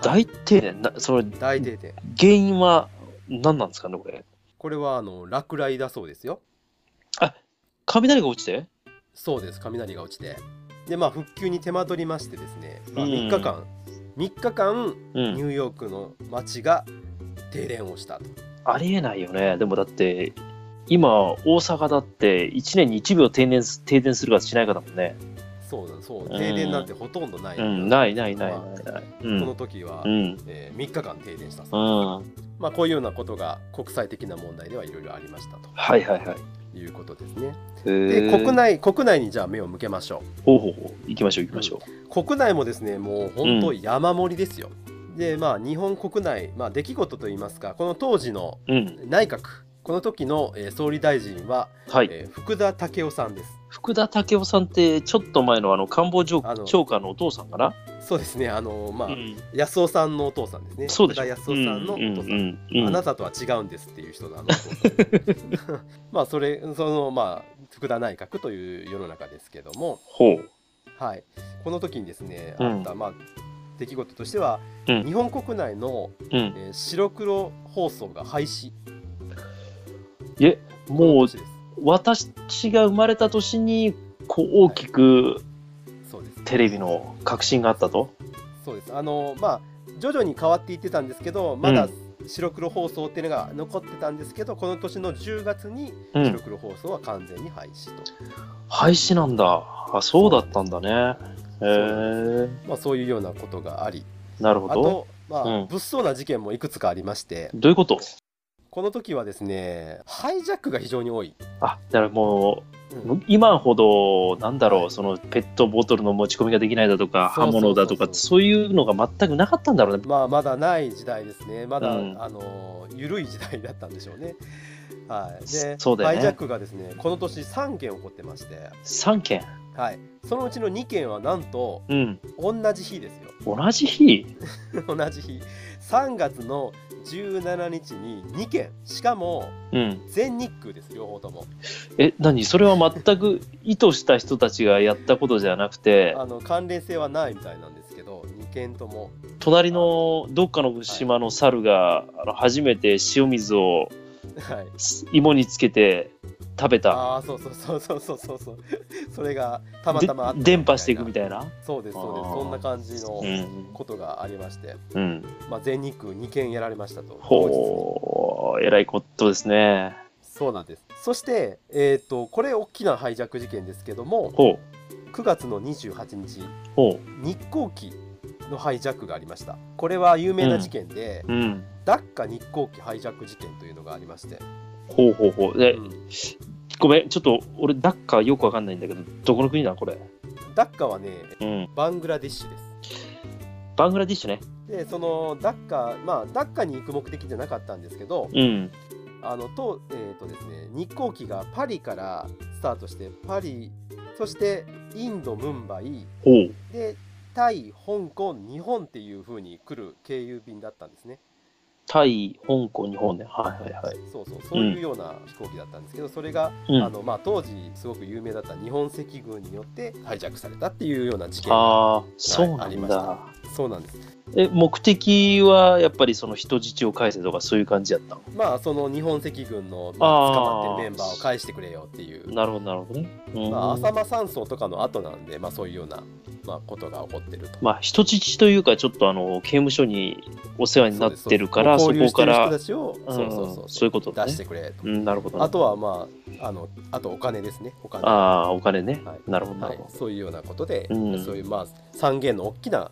Speaker 2: 大停電な、その
Speaker 3: 大停電
Speaker 2: 原因は何なんですかね、これ。
Speaker 3: これはあの落雷だそうですよ
Speaker 2: 雷が落ちて
Speaker 3: そうです雷が落ちてでまあ復旧に手間取りましてですね、まあ、
Speaker 2: うん
Speaker 3: 3日間、3日間
Speaker 2: う
Speaker 3: ニ
Speaker 2: ん。
Speaker 3: ューヨークの街が停電をしたと
Speaker 2: ありえないよね。でもだって、今、大阪だって1年に1秒停電す停電するかしないかだもんね。
Speaker 3: そうだそ
Speaker 2: う
Speaker 3: う
Speaker 2: ん
Speaker 3: 停電なんてほとんどない、
Speaker 2: うん。ないないない
Speaker 3: ま
Speaker 2: ないない。う
Speaker 3: あこの
Speaker 2: ん。
Speaker 3: 時は、
Speaker 2: うん。
Speaker 3: え3日間停電した
Speaker 2: う
Speaker 3: そう、
Speaker 2: ん。
Speaker 3: まあ、こういうようなことが国際的な問題ではいろいろありましたと
Speaker 2: はいはいはい。
Speaker 3: いうことですね
Speaker 2: で
Speaker 3: で国内国内にじゃあ目を向けましょ
Speaker 2: ほうほうほう。行きましょう行きましょう。
Speaker 3: う国内もですねもう本当山盛りですよ、でまあ日本国内、まあ、出来事といいますかこの当時の
Speaker 2: うん。
Speaker 3: 内閣この時の、えー総理大臣は、
Speaker 2: はい。
Speaker 3: えー福田赳夫さんです
Speaker 2: 福田赳夫さんってちょっと前のあの官房長
Speaker 3: あの
Speaker 2: 長官のお父さんかな、
Speaker 3: そうですねあのまあ、
Speaker 2: うん、
Speaker 3: 安夫さんのお父さんですね
Speaker 2: そうでし
Speaker 3: 福
Speaker 2: ょ
Speaker 3: 田安夫さんのお
Speaker 2: う
Speaker 3: 父さん、
Speaker 2: んうんうん
Speaker 3: あなたとは違うんですっていう人 のあのお父さんまあそれそのまあ福田内閣という世の中ですけども、
Speaker 2: ほう
Speaker 3: はい、この時にですね
Speaker 2: うん
Speaker 3: あった、まあ出来事としては、
Speaker 2: うん
Speaker 3: 日本国内の、
Speaker 2: うん
Speaker 3: えー白黒放送が廃止
Speaker 2: えもう
Speaker 3: この年です
Speaker 2: 私が生まれた年にこう大きく
Speaker 3: そうです
Speaker 2: テレビの革新があったと、
Speaker 3: そうですあのまあ徐々に変わっていってたんですけどまだ、
Speaker 2: うん
Speaker 3: 白黒放送っていうのが残ってたんですけどこの年の10月に
Speaker 2: う
Speaker 3: 白
Speaker 2: ん。
Speaker 3: 黒放送は完全に廃止と、
Speaker 2: 廃止なんだ。あ、そうだったんだね。へえ。
Speaker 3: まあ、そういうようなことがあり
Speaker 2: なるほ
Speaker 3: あ
Speaker 2: ど。
Speaker 3: と、まあ
Speaker 2: うん
Speaker 3: 物騒な事件もいくつかありまして
Speaker 2: どういうこと
Speaker 3: この時はですねハイジャックが非常に多い。
Speaker 2: あ、だからも
Speaker 3: うん
Speaker 2: う、今ほど、なんだろ
Speaker 3: は
Speaker 2: う、
Speaker 3: い
Speaker 2: そのペットボトルの持ち込みができないだとか、
Speaker 3: そう
Speaker 2: 刃
Speaker 3: そうそう
Speaker 2: 物だとか、そういうのが全くなかったんだろうね。
Speaker 3: まあ、まだない時代ですね、まだ、
Speaker 2: うん
Speaker 3: あの緩い時代だったんでしょうね。はい、
Speaker 2: そ
Speaker 3: で、
Speaker 2: そうだよね
Speaker 3: ハイジャックがですねこの年3件起こってまして、
Speaker 2: 3件。
Speaker 3: はい、そのうちの2件はなんと
Speaker 2: うん。
Speaker 3: 同じ日ですよ、
Speaker 2: 同じ日
Speaker 3: 同じ日、3月の17日に2件、しかも
Speaker 2: うん。
Speaker 3: 全日空です、両方とも。
Speaker 2: え、何それは全く意図した人たちがやったことじゃなくて、
Speaker 3: あの関連性はないみたいなんですけど、2件とも、
Speaker 2: 隣のどっかの島の猿が、あの初めて塩水を
Speaker 3: はい、
Speaker 2: 芋につけて食べた。
Speaker 3: ああ、そうそうそうそうそうそうそう、それがたまたまあった
Speaker 2: で伝播していくみたいな。
Speaker 3: そうです、そうです、
Speaker 2: あー
Speaker 3: そんな感じの
Speaker 2: うん。
Speaker 3: ことがありまして。
Speaker 2: うん。
Speaker 3: まあ、全日空2件やられましたと。同日に
Speaker 2: ほう、えらいことですね。
Speaker 3: そうなんです。そして、えっ、と、これ大きなハイジャック事件ですけども、
Speaker 2: ほう、
Speaker 3: 9月の28日、
Speaker 2: ほ
Speaker 3: 日航機のハイジャックがありました。これは有名な事件で、
Speaker 2: う、うん。
Speaker 3: ダッカ日航機ハイジャック事件というのがありまして、
Speaker 2: ほうほうほう。で、
Speaker 3: うん
Speaker 2: ごめん、ちょっと俺、ダッカーよくわかんないんだけど、どこの国なんこれ。
Speaker 3: ダッカはね、
Speaker 2: うん。
Speaker 3: バングラディッシュです。
Speaker 2: バングラディッシュね。
Speaker 3: で、そのダッカ、まあ、ダッカに行く目的じゃなかったんですけど、
Speaker 2: うん。
Speaker 3: あのと,、えーとですね、日航機がパリからスタートして、パリ、そしてインド、ムンバイ、
Speaker 2: ほう。
Speaker 3: でタイ香港日本っていう風に来る経由便だったんですね
Speaker 2: タイ、香港、日本ね。はいはいはい。
Speaker 3: そうそうそういうような飛行機だったんですけど、それが、
Speaker 2: うん
Speaker 3: あのまあ、当時すごく有名だった日本赤軍によってハイジャックされたっていうような事件が
Speaker 2: ああ、そうな
Speaker 3: あり
Speaker 2: ん
Speaker 3: ま
Speaker 2: だ、
Speaker 3: したそうなんです
Speaker 2: え、目的はやっぱりその人質を返せとかそういう感じやったの
Speaker 3: まあその日本赤軍の、まあ
Speaker 2: あー
Speaker 3: 捕まってるメンバーを返してくれよっていう、
Speaker 2: なるほど、なるほどね。うん
Speaker 3: まあ、浅間山荘とかの後なんで、まあ、そういうような、まあ、ことが起こってると。
Speaker 2: まあ、人質というか、ちょっとあの刑務所にお世話になってるから、
Speaker 3: そう
Speaker 2: そ
Speaker 3: です
Speaker 2: こか
Speaker 3: 交
Speaker 2: ら
Speaker 3: 流、してる人たちを、
Speaker 2: うん
Speaker 3: そうそうそう
Speaker 2: そういうことね
Speaker 3: 出してくれと、
Speaker 2: うん、なるほど、ね。
Speaker 3: あとはまああのあとお金ですねお金
Speaker 2: ああ、お金ね。
Speaker 3: はい
Speaker 2: なるほど、な
Speaker 3: は
Speaker 2: る
Speaker 3: い
Speaker 2: ほど、。
Speaker 3: そういうようなことで、
Speaker 2: うん
Speaker 3: そういうまあ三元の大きな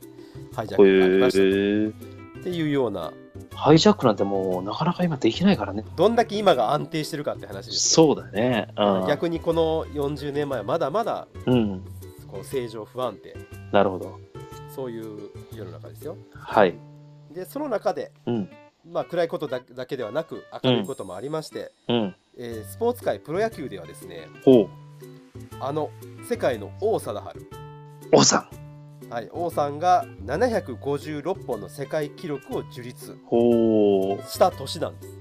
Speaker 3: ハイジャッ
Speaker 2: へ
Speaker 3: クがありましたと
Speaker 2: ー
Speaker 3: っていうような
Speaker 2: ハイジャックなんてもうなかなか今できないからね。
Speaker 3: どんだけ今が安定してるかって話ですよ
Speaker 2: そうだね。うん、
Speaker 3: 逆にこの40年前はまだまだ
Speaker 2: うん。
Speaker 3: こう正常不安定
Speaker 2: なるほど。
Speaker 3: そういう世の中ですよ
Speaker 2: はい。
Speaker 3: でその中で、
Speaker 2: うん
Speaker 3: まあ、暗いことだだけではなく明るいこともありまして、
Speaker 2: うん。
Speaker 3: えースポーツ界プロ野球ではですね
Speaker 2: ほ
Speaker 3: あの世界の王貞治
Speaker 2: う。王さん。
Speaker 3: はい、王さんが756本の世界記録を樹立
Speaker 2: ほう。
Speaker 3: した年なんです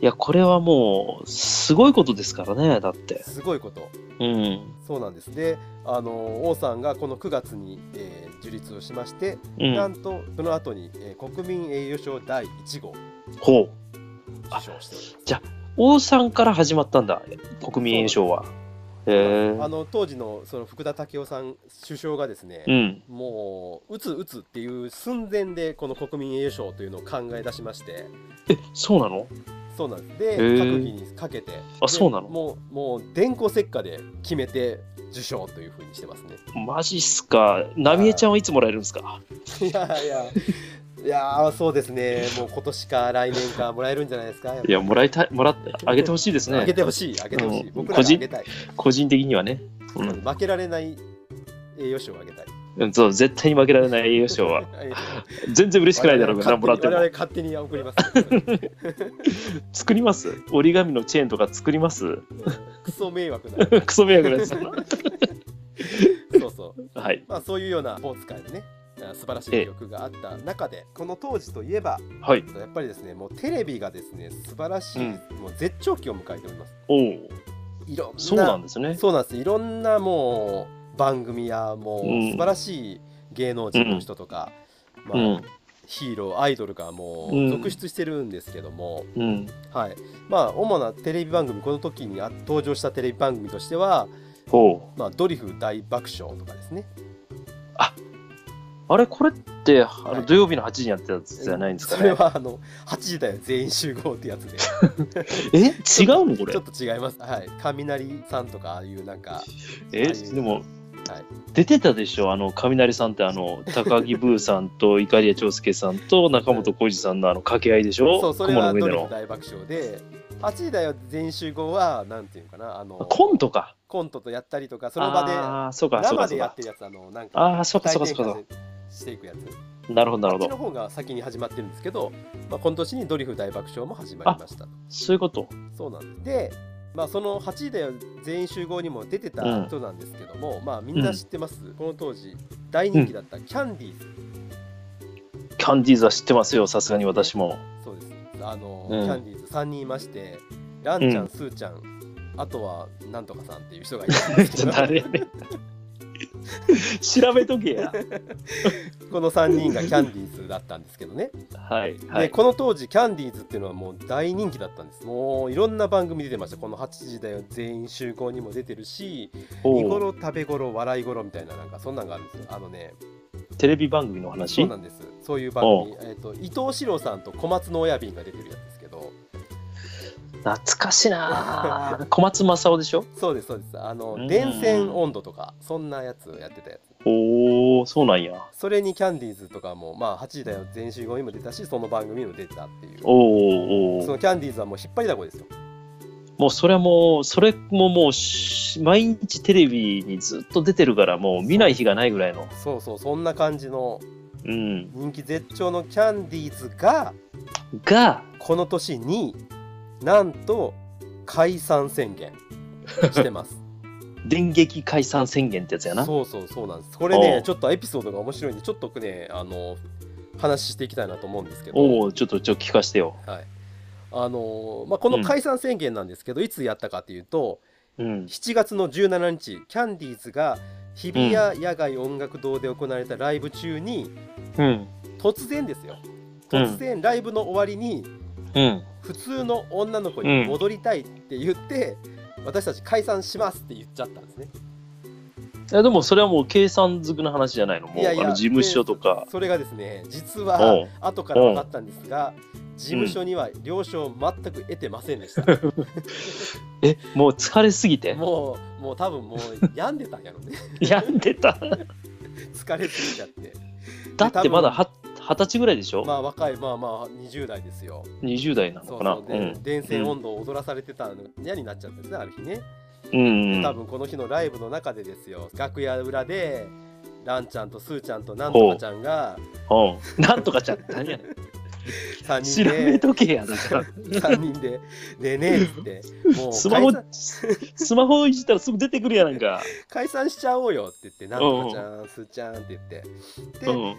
Speaker 2: いや、これはもう、すごいことですからね、だって。
Speaker 3: すごいこと
Speaker 2: うん。
Speaker 3: そうなんですであの王さんがこの9月に、えー樹立をしまして、
Speaker 2: う
Speaker 3: なん
Speaker 2: ん。
Speaker 3: とその後に、えー国民栄誉賞第1号を
Speaker 2: ほう。
Speaker 3: 受賞しております
Speaker 2: じゃ王さんから始まったんだ、国民栄誉賞は。へえ
Speaker 3: あの当時のその福田赳夫さん首相がですね、
Speaker 2: うん。
Speaker 3: もう打つ打つっていう寸前でこの国民栄誉賞というのを考え出しまして
Speaker 2: え、そうなの
Speaker 3: そうなんですで
Speaker 2: へー
Speaker 3: 閣議にかけて
Speaker 2: あ
Speaker 3: で
Speaker 2: そうなの
Speaker 3: もうもう電光石火で決めて受賞というふうにしてますね
Speaker 2: マジっすか。ナミエちゃんはいつもらえるんですか
Speaker 3: いやいやいやーそうですねもう今年か来年かもらえるんじゃないですかやっぱ
Speaker 2: いや、もらいたい、もらって、あげてほしいです
Speaker 3: あげ
Speaker 2: ね。
Speaker 3: てほしい、あげてほしい。
Speaker 2: うん
Speaker 3: 僕らがあげたい。
Speaker 2: 個人的にはね。うん
Speaker 3: 負けられない栄養賞をあげたい。
Speaker 2: うん、そう、絶対に負けられない栄誉賞 は。
Speaker 3: あげてほしい。
Speaker 2: 全然嬉しくないだろ うから、もらって
Speaker 3: 我
Speaker 2: も。
Speaker 3: 々勝手に我々勝手に送り
Speaker 2: 作ります折り紙のチェーンとか作ります
Speaker 3: ます。 クソ迷惑な。
Speaker 2: クソ迷惑なやつ だな。
Speaker 3: そうそう。
Speaker 2: はい。
Speaker 3: まあそういうようなスポーツ界でね、あ素晴らしい記録があった中で、この当時といえば、
Speaker 2: はい。
Speaker 3: やっぱりですね、もうテレビがですね、素晴らしい、
Speaker 2: う
Speaker 3: もう絶頂期を迎えております。
Speaker 2: おお。
Speaker 3: いろんな、
Speaker 2: そうなんですね。
Speaker 3: そうなんです。いろんなもう番組やもう
Speaker 2: うん
Speaker 3: 素晴らしい芸能人の人とか、
Speaker 2: う
Speaker 3: まあ
Speaker 2: ん。
Speaker 3: ヒーローアイドルがも
Speaker 2: うん
Speaker 3: う続出してるんですけども、
Speaker 2: うん。
Speaker 3: はいまあ、主なテレビ番組この時にあ登場したテレビ番組としては「
Speaker 2: ほ
Speaker 3: まあ、ドリフ大爆笑」とかですね
Speaker 2: ああれこれってあ
Speaker 3: は
Speaker 2: の
Speaker 3: い
Speaker 2: 土曜日の8時にやってたやつじゃないんですか
Speaker 3: それ
Speaker 2: ね。
Speaker 3: はあの8時だよ全員集合ってやつでち
Speaker 2: え違うのこれ
Speaker 3: ょっと違いますはい雷さんとかああいうなんか
Speaker 2: え
Speaker 3: はい
Speaker 2: でも、
Speaker 3: はい
Speaker 2: 出てたでしょあの雷さんってあの高木ブーさんといかりや長介さん と中本浩二さんのあの掛け合いでし
Speaker 3: そ
Speaker 2: ょ
Speaker 3: うそ
Speaker 2: 雲
Speaker 3: れ
Speaker 2: の
Speaker 3: は
Speaker 2: 上
Speaker 3: ド
Speaker 2: で
Speaker 3: リフ
Speaker 2: の
Speaker 3: 大爆笑で8時だよ全員集合はなんていうのかなあの
Speaker 2: コントか
Speaker 3: コントとやったりとかその場で
Speaker 2: ああそうかそうか
Speaker 3: 生で
Speaker 2: そう
Speaker 3: やっ
Speaker 2: か
Speaker 3: てるやつあのなんか
Speaker 2: ああそうかそうかそうか
Speaker 3: 体験化していくやつ
Speaker 2: なるほどなる
Speaker 3: あっ
Speaker 2: ほ
Speaker 3: ちの
Speaker 2: ど
Speaker 3: 方が先に始まってるんですけど、まあ、今年にドリフ大爆笑も始まりました
Speaker 2: そういうこと
Speaker 3: そうなんですで、まあ、その8時だよ全員集合にも出てた人なんですけども、まあみんな知ってます、この当時大人気だったキャンディーズ、
Speaker 2: キャンディーズは知ってますよさすがに私 も
Speaker 3: そうですあの、
Speaker 2: うん
Speaker 3: キャンディーズ3人いましてランちゃ
Speaker 2: う
Speaker 3: ん、
Speaker 2: ん
Speaker 3: スーちゃんあとはなんとかさんっていう人がいたんです け
Speaker 2: じゃ
Speaker 3: ど
Speaker 2: あ誰調べとけや
Speaker 3: この3人がキャンディーズだったんですけどね、
Speaker 2: はいは
Speaker 3: で
Speaker 2: い
Speaker 3: この当時キャンディーズっていうのはもう大人気だったんですもういろんな番組出てましたこの8時だよ全員集合にも出てるし
Speaker 2: お
Speaker 3: 見
Speaker 2: う
Speaker 3: 頃食べ頃笑い頃みたいななんかそんなんがあるんですよあのね
Speaker 2: テレビ番組の話
Speaker 3: そうなんですそういう番組、えー、と伊藤四郎さんと小松の親便が出てるやつですけど
Speaker 2: 懐かしいな あ小松正夫でしょ
Speaker 3: そうですそうですあの
Speaker 2: うん
Speaker 3: 電線温度とかそんなやつをやってたやつ
Speaker 2: おおそうなんや
Speaker 3: それにキャンディーズとかもまあ8時だよ全集合にも出たしその番組にも出てたっていう
Speaker 2: おおお
Speaker 3: そ
Speaker 2: ー
Speaker 3: のキャンディーズはもう引っ張りだこですよ
Speaker 2: もうそれはもうそれももうし毎日テレビにずっと出てるからもう見ない日がないぐらいの
Speaker 3: そうそうそんな感じの
Speaker 2: うん
Speaker 3: 人気絶頂のキャンディーズが
Speaker 2: が
Speaker 3: この年になんと解散宣言してます
Speaker 2: 電撃解散宣言ってやつやな
Speaker 3: そうそうそうなんですこれね
Speaker 2: おう
Speaker 3: ちょっとエピソードが面白いんでちょっとねあの話していきたいなと思うんですけど
Speaker 2: おおちょっとちょっと聞かせてよ
Speaker 3: はいあのまあ、この解散宣言なんですけど、いつやったかというと
Speaker 2: うん
Speaker 3: 7月の17日キャンディーズが日比谷野外音楽堂で行われたライブ中に、
Speaker 2: うん
Speaker 3: 突然ですよ
Speaker 2: うん
Speaker 3: 突然ライブの終わりに
Speaker 2: うん
Speaker 3: 普通の女の子に戻りたいって言って、私たち解散しますって言っちゃったんですね。
Speaker 2: いやでもそれはもう計算づくの話じゃないのもう
Speaker 3: いやいや
Speaker 2: あの事務所とか
Speaker 3: でそれがですね実
Speaker 2: お
Speaker 3: は
Speaker 2: う
Speaker 3: 後から分かったんですが事務所には了承を全く得てませんでした。
Speaker 2: えもう疲れすぎて
Speaker 3: もうもう多分もう病んでたんやろね
Speaker 2: 病んでた
Speaker 3: 疲れすぎちゃって。
Speaker 2: だってまだは二十歳ぐらいでしょ、
Speaker 3: まあ若いまあまあ20代ですよ。
Speaker 2: 20代な
Speaker 3: そ
Speaker 2: の
Speaker 3: う
Speaker 2: かな
Speaker 3: そうで、
Speaker 2: うん
Speaker 3: 電線温度を踊らされてたのが嫌になっちゃったんですねある日ね。
Speaker 2: うんうん
Speaker 3: 多分この日のライブの中でですよ楽屋裏でランちゃんとスーちゃんとなんとかちゃんが
Speaker 2: うんなんとかちゃん何やね ん
Speaker 3: 3人
Speaker 2: 調べ
Speaker 3: で
Speaker 2: とけやだから
Speaker 3: 3人で「ねえねえ」っつってもう
Speaker 2: スマホ
Speaker 3: 解散
Speaker 2: スマホいじったらすぐ出てくるやなん か
Speaker 3: 解散しちゃおうよって言ってなんとかちゃんスーちゃんって言ってで、
Speaker 2: うん
Speaker 3: 言っ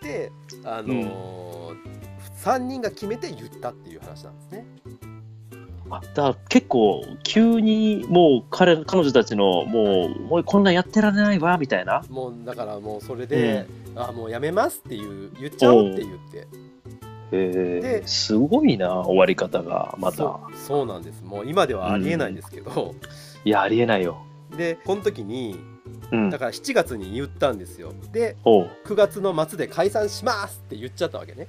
Speaker 3: てあのー3人が決めて言ったっていう話なんですね。
Speaker 2: あだから結構急にもう彼彼女たちのもうもうこんなんやってられないわみたいな
Speaker 3: もうだからもうそれで、あもうやめますっていう言っちゃおうって言って
Speaker 2: へえ
Speaker 3: で
Speaker 2: すごいな終わり方がまた
Speaker 3: そうそうなんですもう今ではありえないんですけど、
Speaker 2: いやありえないよ
Speaker 3: でこの時に
Speaker 2: うん
Speaker 3: だから7月に言ったんですよで
Speaker 2: おう
Speaker 3: 9月の末で解散しますって言っちゃったわけね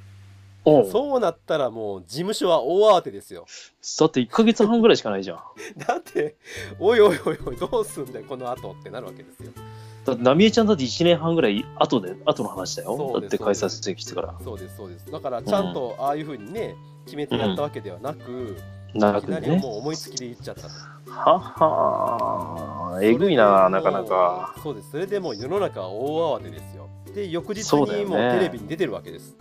Speaker 2: おう
Speaker 3: そうなったらもう事務所は大慌てですよ
Speaker 2: だって1か月半ぐらいしかないじゃん
Speaker 3: だっておいおいおいおいどうすんだよこの後ってなるわけですよ
Speaker 2: だって浪江ちゃんだって1年半ぐらい後で後の話だよ
Speaker 3: そう
Speaker 2: だっ
Speaker 3: で
Speaker 2: て
Speaker 3: す
Speaker 2: 解散請してから
Speaker 3: そうですそうですだからちゃんとああいうふうにね決めてやったわけではなく、
Speaker 2: 長
Speaker 3: いき
Speaker 2: く
Speaker 3: なり
Speaker 2: ね
Speaker 3: もう思いつきで言っちゃったと
Speaker 2: はっはーえぐいななかなか
Speaker 3: そうですそれでもう世の中は大慌てですよで翌日
Speaker 2: そうだ
Speaker 3: に
Speaker 2: よ
Speaker 3: もう
Speaker 2: ね
Speaker 3: テレビに出てるわけです、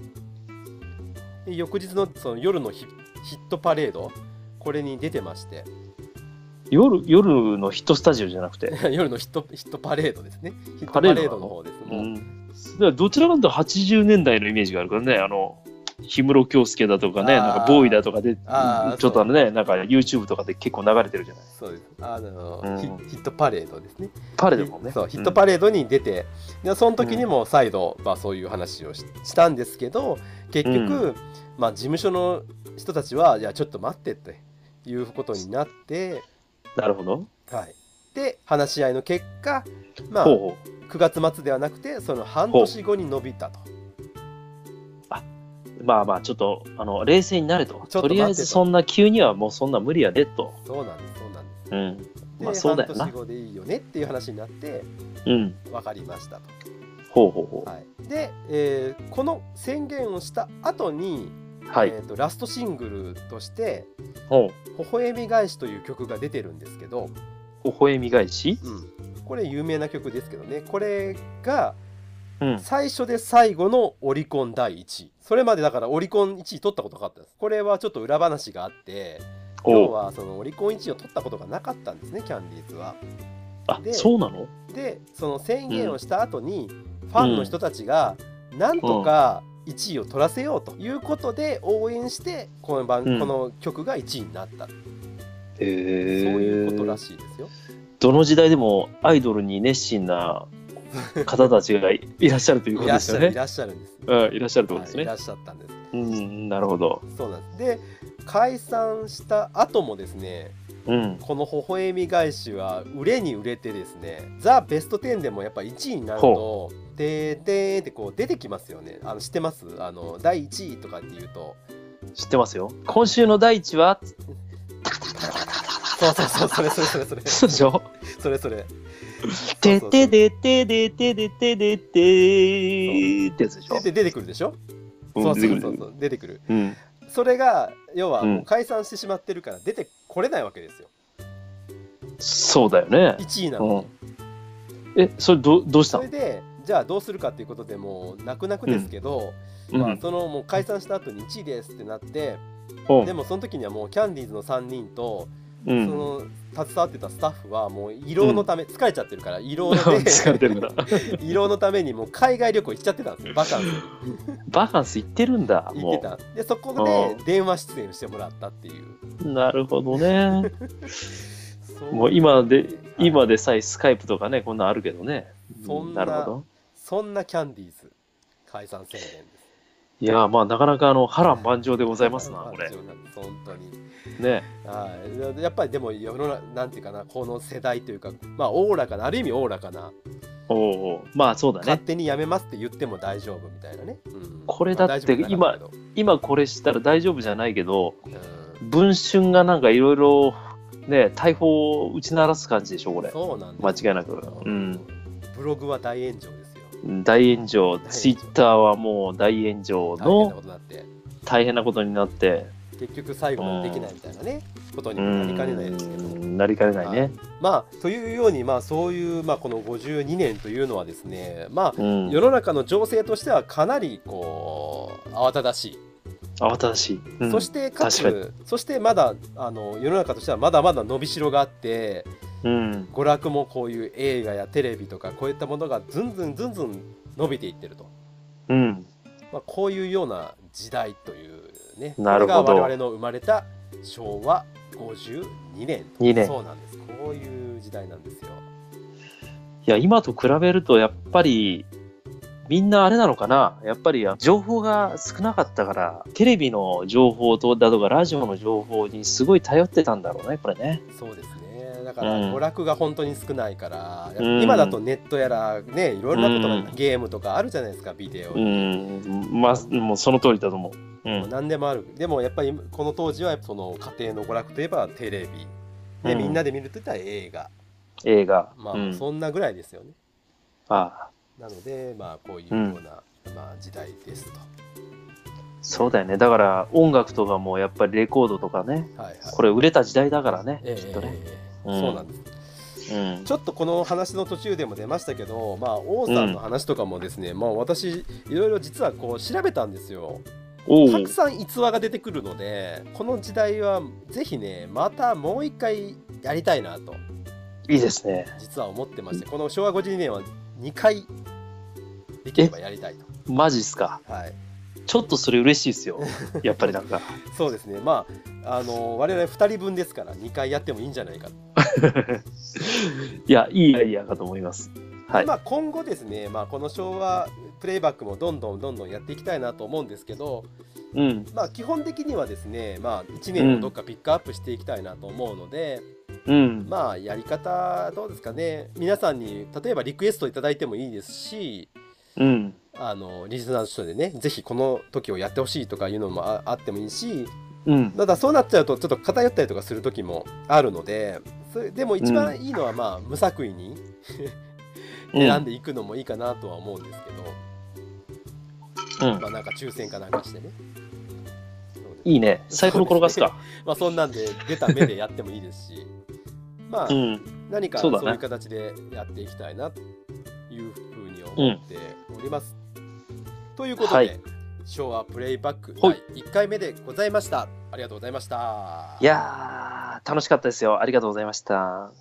Speaker 3: で翌日のその夜のヒヒットパレードこれに出てまして
Speaker 2: 夜夜のヒットスタジオじゃなくて、
Speaker 3: 夜のヒットヒットパレードですねヒットパ
Speaker 2: パ
Speaker 3: レ
Speaker 2: レー
Speaker 3: ー
Speaker 2: ドなの
Speaker 3: ドの方です
Speaker 2: う
Speaker 3: もう、
Speaker 2: ん、だからどちらかというと80年代のイメージがあるからねあの氷室京介だとかね
Speaker 3: あー
Speaker 2: なんかボーイだとかでち
Speaker 3: あー
Speaker 2: ょっとあのねなんか YouTube とかで結構流れてるじゃない
Speaker 3: そうですあの、
Speaker 2: うん
Speaker 3: ヒヒットパレードですね
Speaker 2: パレードもね
Speaker 3: そう
Speaker 2: うん
Speaker 3: ヒットパレードに出て、でその時にも再度、まあ、そういう話をししたんですけど結局、
Speaker 2: う
Speaker 3: まあ、事務所の人たちはいやちょっと待ってっていうことになって、
Speaker 2: なるほど
Speaker 3: はい、って話し合いの結果、まあ、
Speaker 2: ほう
Speaker 3: 9
Speaker 2: ほう
Speaker 3: 月末ではなくてその半年後に伸びたと。
Speaker 2: まあまあちょっとあの冷静になれと
Speaker 3: ちょっと待ってと
Speaker 2: とりあえずそんな急にはもうそんな無理やでと、
Speaker 3: そうなんですそうなんです。
Speaker 2: うん、
Speaker 3: で、
Speaker 2: まあそうだよな
Speaker 3: 半年後でいいよねっていう話になって
Speaker 2: うん、
Speaker 3: 分かりましたと。
Speaker 2: ほうほうほ
Speaker 3: はい、で、えーこの宣言をした後に、
Speaker 2: うはい、
Speaker 3: えー、とラストシングルとして
Speaker 2: ほう
Speaker 3: 「微笑み返し」という曲が出てるんですけど、
Speaker 2: 微笑み返し、
Speaker 3: これ有名な曲ですけどねこれが
Speaker 2: うん、
Speaker 3: 最初で最後のオリコン第1位それまでだからオリコン1位取ったことなかったんですこれはちょっと裏話があって今日
Speaker 2: おう
Speaker 3: はそのオリコン1位を取ったことがなかったんですねキャンディーズは。
Speaker 2: あ
Speaker 3: で
Speaker 2: そうなの
Speaker 3: でその宣言をした後に、ファンの人たちがなんとか1位を取らせようということで応援してこの番、
Speaker 2: うん
Speaker 3: この曲が1位になった、
Speaker 2: へ
Speaker 3: そう
Speaker 2: え
Speaker 3: いうことらしいですよ。
Speaker 2: どの時代でもアイドルに熱心な方たちがいいらっしゃるというこ
Speaker 3: い
Speaker 2: と
Speaker 3: ら
Speaker 2: で
Speaker 3: っ
Speaker 2: す
Speaker 3: しゃ
Speaker 2: よ
Speaker 3: るい
Speaker 2: ね。
Speaker 3: らっしゃるんです。
Speaker 2: うん、いらっしゃるということです
Speaker 3: はいい
Speaker 2: ね
Speaker 3: ら。っしゃったんです。
Speaker 2: うん、なるほど。
Speaker 3: そうなんです。で解散した後もですね
Speaker 2: うん。
Speaker 3: この「微笑み返し」は売れに売れてですね「ザ・ベスト10」でもやっぱ1位になると「でーでー」ってこう出てきますよね。あの知ってますあの第1位とかっていうと
Speaker 2: 知ってますよ。今週の第一は、
Speaker 3: そうそうそうそれそれそれ
Speaker 2: そ
Speaker 3: それ
Speaker 2: うでしょ
Speaker 3: それそれ
Speaker 2: て
Speaker 3: そう
Speaker 2: てでてでてでてでてーってやつでしょ
Speaker 3: で。で出てくるでしょ、
Speaker 2: うん
Speaker 3: そう
Speaker 2: 出てく
Speaker 3: そう
Speaker 2: る
Speaker 3: そうそう出てくる
Speaker 2: うん。
Speaker 3: それが要は
Speaker 2: うん
Speaker 3: もう解散してしまってるから出てこれないわけですよ
Speaker 2: そうだよね。
Speaker 3: 1位なのに、
Speaker 2: うん。え、それどどうした
Speaker 3: そ
Speaker 2: の
Speaker 3: れでじゃあどうするかっていうことでもう泣く泣くですけど、
Speaker 2: うん
Speaker 3: まあ、そのもう解散した後に1位ですってなって、
Speaker 2: うん
Speaker 3: でもその時にはもうキャンディーズの3人と、
Speaker 2: う
Speaker 3: そ
Speaker 2: ん。
Speaker 3: の携わってたスタッフはもう慰労のため、疲れちゃってるから慰 労で
Speaker 2: 疲れてるんだ。
Speaker 3: 慰労のためにもう海外旅行行っちゃってたんですよバカンスに
Speaker 2: バカンス行ってるんだ。
Speaker 3: 行って
Speaker 2: も
Speaker 3: たでそこで電話出演してもらったっていう
Speaker 2: う。なるほどね。
Speaker 3: そう
Speaker 2: もう今で、
Speaker 3: い
Speaker 2: 今でさえスカイプとかね、こんなんあるけどね。
Speaker 3: そ
Speaker 2: うんん
Speaker 3: な
Speaker 2: なるほど。
Speaker 3: そんなキャンディーズ解散宣言です
Speaker 2: いやー、まあ、なかなかあの波乱万丈でございますな、これ。
Speaker 3: 感情なんです本当に
Speaker 2: ね。
Speaker 3: はいやっぱりでも世の中なんていうかなこの世代というかまあおおらかなある意味おおらかな、
Speaker 2: おうおうまあ、そうだ
Speaker 3: 勝
Speaker 2: ね。
Speaker 3: 手にやめますって言っても大丈夫みたいなね、うん
Speaker 2: これだって
Speaker 3: まあ大丈夫なかったけ
Speaker 2: 今これしたら大丈夫じゃないけど、
Speaker 3: ど
Speaker 2: 文春がなんかいろいろ、ね、大砲を打ち鳴らす感じでしょ、こ
Speaker 3: うん
Speaker 2: れ。
Speaker 3: そうなんです
Speaker 2: 間違いなくうん
Speaker 3: ブログは大炎上ですよ
Speaker 2: 大炎上、
Speaker 3: 炎上
Speaker 2: ツイッターはもう大炎上
Speaker 3: 大変な
Speaker 2: の
Speaker 3: ことになって
Speaker 2: 大変なことになって、
Speaker 3: 結局最後までできないみたいなね、ことにもなりかねないですけど、
Speaker 2: うんなりかねないね。
Speaker 3: まあというようにまあそういう、まあ、この52年というのはですねまあ
Speaker 2: うん
Speaker 3: 世の中の情勢としてはかなりこう慌ただしい、
Speaker 2: 慌ただしい。うん
Speaker 3: そしてかつ
Speaker 2: 確
Speaker 3: そしてまだあの世の中としてはまだまだ伸びしろがあって
Speaker 2: うん。
Speaker 3: 娯楽もこういう映画やテレビとかこういったものがずんずんずんずん伸びていってると、
Speaker 2: うん。
Speaker 3: まあ、こういうような時代というね
Speaker 2: なるほど
Speaker 3: これが我々の生まれた昭和52年と
Speaker 2: 2年
Speaker 3: そうなんですこういう時代なんですよ。
Speaker 2: いや、今と比べると、やっぱり、みんなあれなのかなやっぱり、情報が少なかったから、テレビの情報とだとか、ラジオの情報にすごい頼ってたんだろうね、これね。
Speaker 3: そうですねだから
Speaker 2: うん
Speaker 3: 娯楽が本当に少ないから、やっぱ
Speaker 2: うん
Speaker 3: 今だとネットやらねいろんなことが、
Speaker 2: うん
Speaker 3: ゲームとかあるじゃないですかビデオ、
Speaker 2: うん、まあ、もうその通りだと思う。う。
Speaker 3: もうん何でもあるでもやっぱりこの当時はやっぱその家庭の娯楽といえばテレビで、
Speaker 2: うん
Speaker 3: みんなで見るといったら映画
Speaker 2: 映画。
Speaker 3: まあ、
Speaker 2: うん、
Speaker 3: そんなぐらいですよね
Speaker 2: ああ
Speaker 3: なのでまあこういうような、まあ、時代ですと
Speaker 2: そうだよね。だから、音楽とかもやっぱりレコードとかね、
Speaker 3: はいはい
Speaker 2: これ売れた時代だからね、
Speaker 3: ええ
Speaker 2: きっとね。
Speaker 3: ええ
Speaker 2: うん
Speaker 3: そうなんです
Speaker 2: うん
Speaker 3: ち。ょっとこの話の途中でも出ましたけど、まあ、王さんの話とかもですね、まあ、私いろいろ実はこう調べたんですよ
Speaker 2: お
Speaker 3: た
Speaker 2: う
Speaker 3: くさん逸話が出てくるのでこの時代はぜひねまたもう一回やりたいなと
Speaker 2: いいですね。
Speaker 3: 実は思ってましてこの昭和52年は2回できればやりたいと、
Speaker 2: マジっすか。
Speaker 3: はい、
Speaker 2: ちょっとそれ嬉しいっ すよ。やっぱりなんか。
Speaker 3: そうですねまああの我々2人分ですから2回やってもいいんじゃないかと、
Speaker 2: いや、いいアイディアかと思います。はい。
Speaker 3: まあ、今後ですね、まあ、この昭和プレイバックもどんどんどんどんやっていきたいなと思うんですけど、
Speaker 2: うん。
Speaker 3: まあ、基本的にはですね、まあ、1年をどっかピックアップしていきたいなと思うので、
Speaker 2: うん。
Speaker 3: まあやり方どうですかね皆さんに例えばリクエストいただいてもいいですし
Speaker 2: うん。
Speaker 3: あのリスナーの人でねぜひこの時をやってほしいとかいうのもああってもいいし
Speaker 2: うん。
Speaker 3: ただそうなっちゃうとちょっと偏ったりとかする時もあるのでそれでも一番いいのはまあ無作為に
Speaker 2: うん。
Speaker 3: 選んでいくのもいいかなとは思うんですけ
Speaker 2: う
Speaker 3: ど、
Speaker 2: ん
Speaker 3: まあなんか抽選かなんかしてね。
Speaker 2: いいね。サイコロ転がす か。
Speaker 3: まあそんなんで出た目でやってもいいですし、まあ
Speaker 2: うん。
Speaker 3: 何か
Speaker 2: そ
Speaker 3: そう
Speaker 2: だね
Speaker 3: ういう形でやっていきたいなというふうに思っております。ということで、
Speaker 2: はい
Speaker 3: 昭和プレイバック
Speaker 2: ほ
Speaker 3: 第
Speaker 2: い
Speaker 3: 1回目でございました。ありがとうございました。
Speaker 2: いやー、楽しかったですよ。ありがとうございました。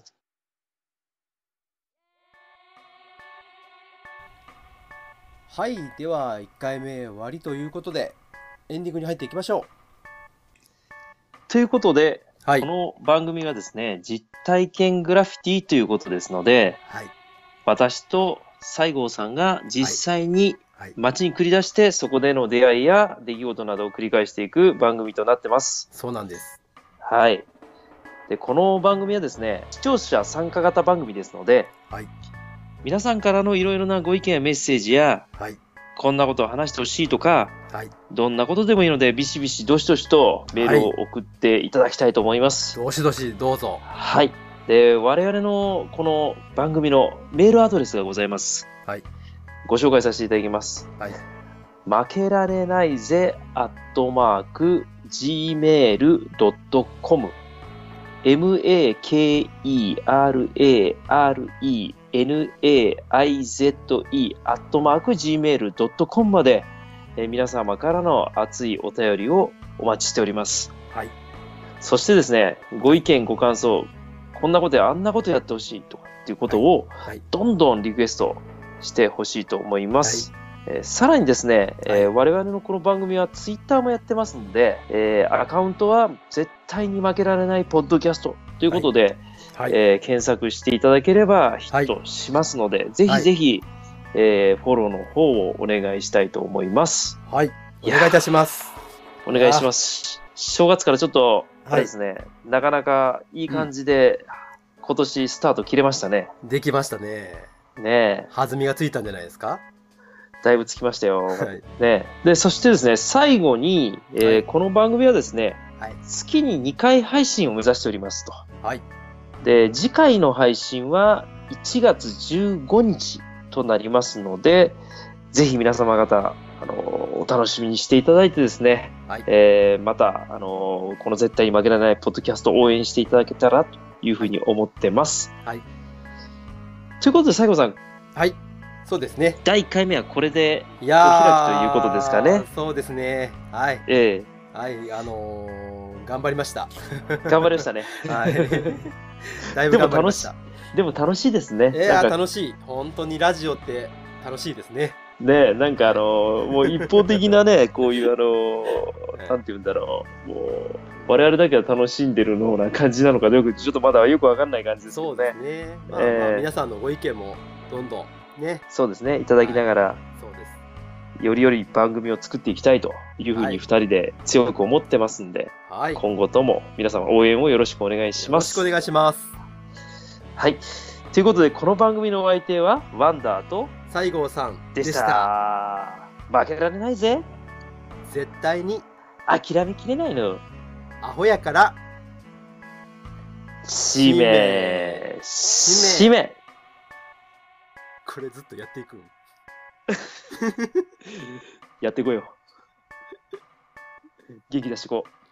Speaker 3: はい、では1回目終わりということで、エンディングに入っていきましょ
Speaker 2: ということで、
Speaker 3: う。はい
Speaker 2: こ。の番組がですね、実体験グラフィティということですので、
Speaker 3: はい。
Speaker 2: 私と西郷さんが実際に
Speaker 3: はい。
Speaker 2: 街に繰り出して、そこでの出会いや出来事などを繰り返していく番組となってます。
Speaker 3: そうなんです。
Speaker 2: はい。で、この番組はですね、視聴者参加型番組ですので、
Speaker 3: はい
Speaker 2: 皆さんからのいろいろなご意見やメッセージや、
Speaker 3: はい。
Speaker 2: こんなことを話してほしいとか、
Speaker 3: はい。
Speaker 2: どんなことでもいいので、ビシビシどしどしとメールを送っていただきたいと思います。
Speaker 3: どしどしどうぞ。
Speaker 2: はい。で、我々のこの番組のメールアドレスがございます。
Speaker 3: はい。
Speaker 2: ご紹介させていただきます。
Speaker 3: はい。
Speaker 2: 負けられないぜ、アットマーク、gmail.com。m-a-k-e-r-a-r-e-n-a-i-z-e、アットマーク、gmail.com まで、えー皆様からの熱いお便りをお待ちしております。
Speaker 3: はい。
Speaker 2: そしてですね、ご意見、ご感想、こんなことやあんなことやってほしいとかっていうことを、
Speaker 3: はい。
Speaker 2: どんどんリクエストしてほしいと思います。えーさらにですね、えー我々のこの番組はツイッターもやってますので、えーアカウントは絶対に負けられないポッドキャストということで、
Speaker 3: はい。
Speaker 2: えー検索していただければヒットしますので、ぜひぜひ、えーフォローの方をお願いしたいと思います。
Speaker 3: はい。お
Speaker 2: いや
Speaker 3: 願いいたします。
Speaker 2: お願いします。正月からちょっと、
Speaker 3: はい
Speaker 2: あれですね、なかなかいい感じで、今年スタート切れましたね。
Speaker 3: できましたね。
Speaker 2: ねえ
Speaker 3: 弾みがついたんじゃないですか。
Speaker 2: だいぶつきました よ。
Speaker 3: はい。
Speaker 2: ね、でそしてですね最後に、えー
Speaker 3: はい
Speaker 2: この番組はですね、
Speaker 3: はい
Speaker 2: 月に2回配信を目指しておりますと
Speaker 3: はい。
Speaker 2: で次回の配信は1月15日となりますのでぜひ皆様方あのお楽しみにしていただいてですね、
Speaker 3: はい
Speaker 2: えーまたあのこの絶対に負けられないポッドキャストを応援していただけたらというふうに思ってます。
Speaker 3: はい
Speaker 2: ということで西郷さん
Speaker 3: はい。そうですね。
Speaker 2: 第1回目はこれで、
Speaker 3: いやー
Speaker 2: お開きということですかね。
Speaker 3: そうですね。はい。
Speaker 2: え
Speaker 3: はい。あのー、頑張りました。
Speaker 2: ー頑張りました ね。
Speaker 3: はい。だいぶ頑張りました。
Speaker 2: でも楽しいですね。
Speaker 3: え
Speaker 2: な
Speaker 3: ー、
Speaker 2: んか
Speaker 3: 楽しい。本当にラジオって楽しいですね。
Speaker 2: ねえなんかあのーもう一方的な ねこういうあの
Speaker 3: はい
Speaker 2: ーなんて言うんだろうもう我々だけは楽しんでるような感じなのかどうかちょっとまだよくわかんない感じですけ
Speaker 3: そ
Speaker 2: ど
Speaker 3: うです
Speaker 2: ね
Speaker 3: ね。まあ、
Speaker 2: えー
Speaker 3: まあ皆さんのご意見もどんどんね。
Speaker 2: そうですねいただきながら、
Speaker 3: そうです。
Speaker 2: よりより番組を作っていきたいというふう
Speaker 3: は
Speaker 2: に
Speaker 3: い
Speaker 2: 2人で強く思ってますんで、
Speaker 3: はい。よ
Speaker 2: 今後とも皆様応援をよろしくお願いしま
Speaker 3: ろし
Speaker 2: す
Speaker 3: くお願いします。
Speaker 2: はいということでこの番組のお相手はワンダーと
Speaker 3: 西郷さん
Speaker 2: で
Speaker 3: で
Speaker 2: し
Speaker 3: したた。
Speaker 2: 負けられないぜ
Speaker 3: 絶対に
Speaker 2: 諦めきれないの
Speaker 3: アホやから。
Speaker 2: しめし
Speaker 3: し
Speaker 2: め
Speaker 3: これずっとやっていくん
Speaker 2: やっていこうよ。元気出していこう。